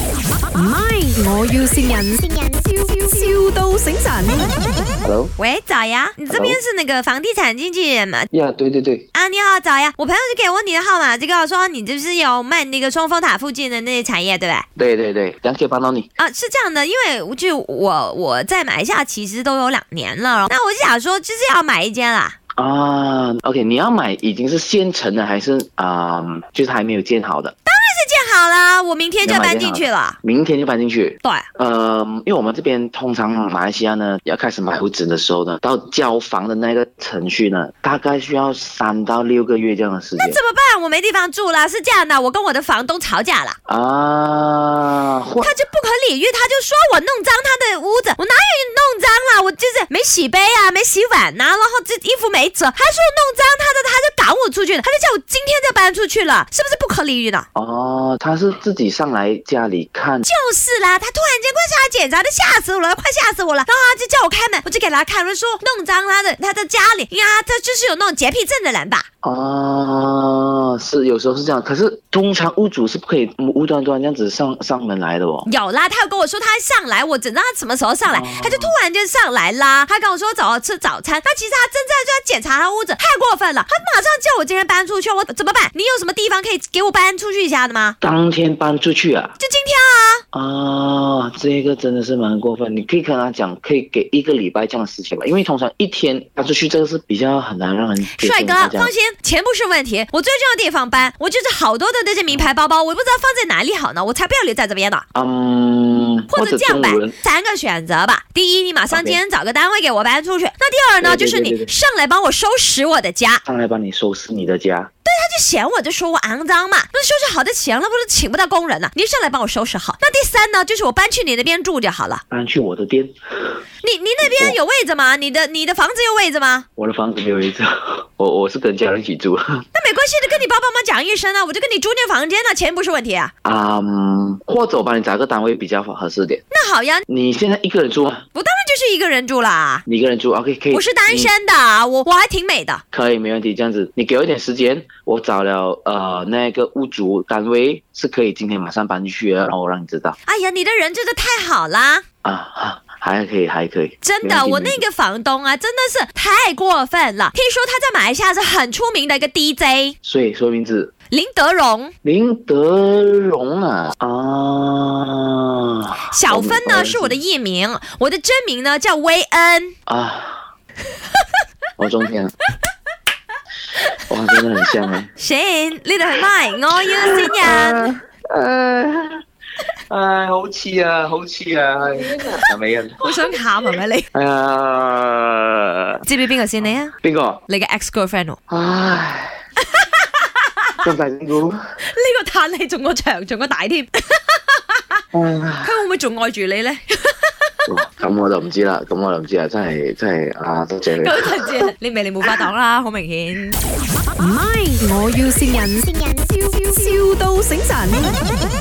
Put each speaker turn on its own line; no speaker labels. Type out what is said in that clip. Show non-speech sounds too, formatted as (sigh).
唔係，我要善人，笑笑到醒神。
Hello，
喂，早呀，你这边是那个房地产经纪人嘛？
呀，对对对，
啊，你好，早呀，我朋友就给我你的号码，就跟我说你就是有卖那个双峰塔附近的那些产业，对不对？
对对对，怎样可以帮到你？
啊，是这样的，因为就我我在马来西亚其实都有两年了，那我就想说就是要买一间啦。
啊，OK，你要买已经是现成的还是啊、就是还没有建好的？
建好啦，我明天就搬进去了。
明天就搬进去。
对，
呃，因为我们这边通常马来西亚呢，要开始买屋子的时候呢，到交房的那个程序呢，大概需要三到六个月这样的时间
怎么办？我没地方住啦。是这样的，我跟我的房东吵架了，
啊。或
他就不可理喻，他就说我弄脏他的屋子，我哪有弄脏啦？我就是没洗杯啊，没洗碗呐、然后这衣服没折，他说我弄脏他的，他就赶我出去了，他就叫我今天就搬出去了，是不是不可理喻呢？
哦，他是自己上来家里看
就是啦，他突然间快上来检查，都吓死我了，快吓死我了！然后他就叫我开门，我就给他看，我就说弄脏他的，他的家里呀，他就是有那种洁癖症的人吧？
哦，是有时候是这样，可是通常屋主是不可以无端端这样子上上门来的哦。
有啦，他有跟我说他上来，我只知道他什么时候上来
哦，
他就突然间上来啦。他跟我说早吃早餐，那其实他正在就在检查他屋子，太过分了，他马上叫我今天搬出去，我怎么办？你有什么地方可以给我搬出去一下的吗？
当天搬出去啊？
就今天啊，
啊，这个真的是蛮过分。你可以跟他讲，可以给一个礼拜这样的时间吧，因为通常一天搬出去，这个是比较很难让人接受
帅
的大
哥，
家
放心，钱不是问题，我最重要的地方搬，我就是好多的那些名牌包包，我不知道放在哪里好呢，我才不要留在这边呢。
嗯，
或者这样
中
吧
午人，
三个选择吧。第一，你马上
OK
今天找个单位给我搬出去。那第二呢，
对对
就是
对
你
对对
上来帮我收拾我的家。
上来帮你收拾你的家。
他就嫌我就说我肮脏嘛，那收拾好的行了，不是请不到工人呢、你上来帮我收拾好。那第三呢，就是我搬去你那边住就好了。
搬去我的店，
你你那边有位置吗？你的你的房子有位置吗？
我的房子没有位置，我 (laughs) 我是跟家人一起住。 (laughs)
那没关系的，跟你爸爸妈妈讲一声啊，我就跟你租那房间呢、钱不是问题啊。
嗯，或者我帮你找个单位比较合适点。
那好呀，
你现在一个人住吗？
我当然就是一个人住啦。
你一个人住，OK，可以。
我是单
哎你
身的啊，我我还挺美的。
可以，没问题。这样子，你给我一点时间，我找了呃那个屋主单位是可以今天马上搬进去的，然后我让你知道
哎呀，你的人真的太好啦。
啊啊，还可以，还可以。
真
没问
的，
题
我那个房东啊，真的是太过分了。听说他在马来西亚是很出名的一个 DJ
所以说名字
林德荣，
林德荣啊啊，
小芬呢是我的艺名，我的真名呢叫薇恩。
啊，我中天了，哇，真的很像啊。
行，呢度係咪？ (laughs) 我要先人。
唉唉，好似啊，好似啊，係咪人？
好想喊係咪 (laughs) 你？
哎呀，
知唔知邊個先你啊？
邊個？
你嘅 ex girlfriend 喎，呢
唉，咁大整蠱，
個嘆氣仲過長，仲過大 (laughs) 添。
唉
佢會唔會仲愛住你 (laughs) 咧？
(laughs) 哇咁我就唔知啦，咁我就唔知啦，真係真係啊，多謝你。
咁就知你咪你冇花檔啦，好明顯。
唔係，我要善人，笑笑到醒神。